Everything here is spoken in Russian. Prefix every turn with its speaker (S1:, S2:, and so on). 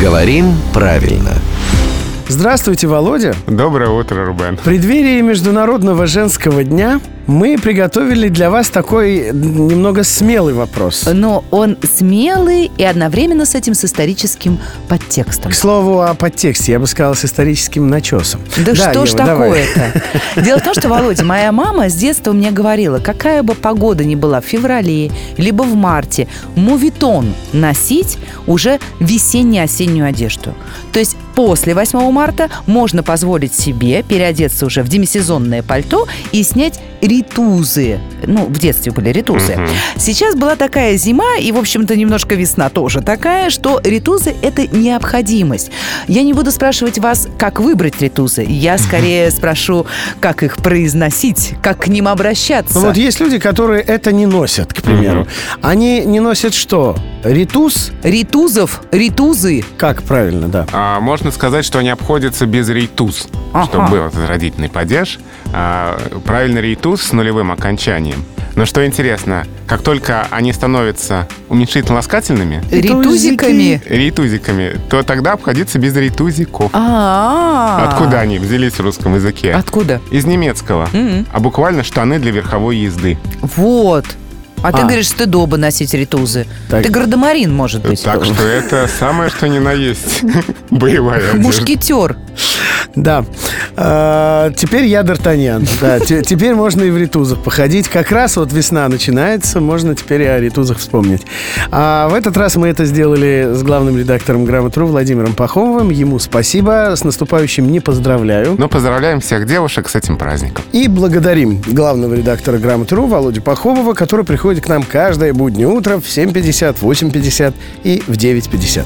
S1: Говорим правильно.
S2: Здравствуйте, Володя.
S3: Доброе утро, Рубен.
S2: В преддверии Международного женского дня мы приготовили для вас такой немного смелый вопрос.
S4: Но он смелый и одновременно с этим с историческим подтекстом.
S2: К слову о подтексте, я бы сказал, с историческим начесом.
S4: Да, что ж
S2: Ева, давай.
S4: такое-то? Дело в том, что, Володя, моя мама с детства мне говорила, какая бы погода ни была в феврале, либо в марте, мувитон носить уже весенне-осеннюю одежду. То есть после 8 марта можно позволить себе переодеться уже в демисезонное пальто и снять ритузы. Ну, в детстве были ритузы. Сейчас была такая зима, и, в общем-то, немножко весна тоже такая, что ритузы – это необходимость. Я не буду спрашивать вас, как выбрать ритузы. Я скорее спрошу, как их произносить, как к ним обращаться.
S2: Ну вот есть люди, которые это не носят, к примеру. Они не носят что? Ритус?
S4: Ритузов, ритузы.
S2: Как правильно, да.
S3: А, можно сказать, что они обходятся без рейтуз,
S4: Ага.
S3: чтобы был этот родительный падеж. А, правильно, рейтуз с нулевым окончанием. Но что интересно, как только они становятся уменьшительно-ласкательными,
S4: Ритузиками.
S3: рейтузиками, то тогда обходиться без рейтузиков.
S4: А.
S3: Откуда они взялись в русском языке?
S4: Откуда?
S3: Из немецкого.
S4: Мгм.
S3: А буквально штаны для верховой езды.
S4: Вот. А, ты
S2: А.
S4: говоришь, стыдоба носить ритузы.
S2: Так.
S4: Ты гардемарин, может быть.
S3: Так что это самое, что ни на есть боевая одежда.
S4: Мушкетер.
S2: Да. А, теперь я Д'Артаньян. Да, те- теперь можно и в ритузах походить. Как раз вот весна начинается, можно теперь и о ритузах вспомнить. А в этот раз мы это сделали с главным редактором «Грамотру» Владимиром Пахомовым. Ему спасибо. С наступающим не поздравляю.
S3: Но поздравляем всех девушек с этим праздником.
S2: И благодарим главного редактора «Грамотру» Володю Пахомова, который приходит к нам каждое буднее утро в 7.50, 8.50 и в 9.50.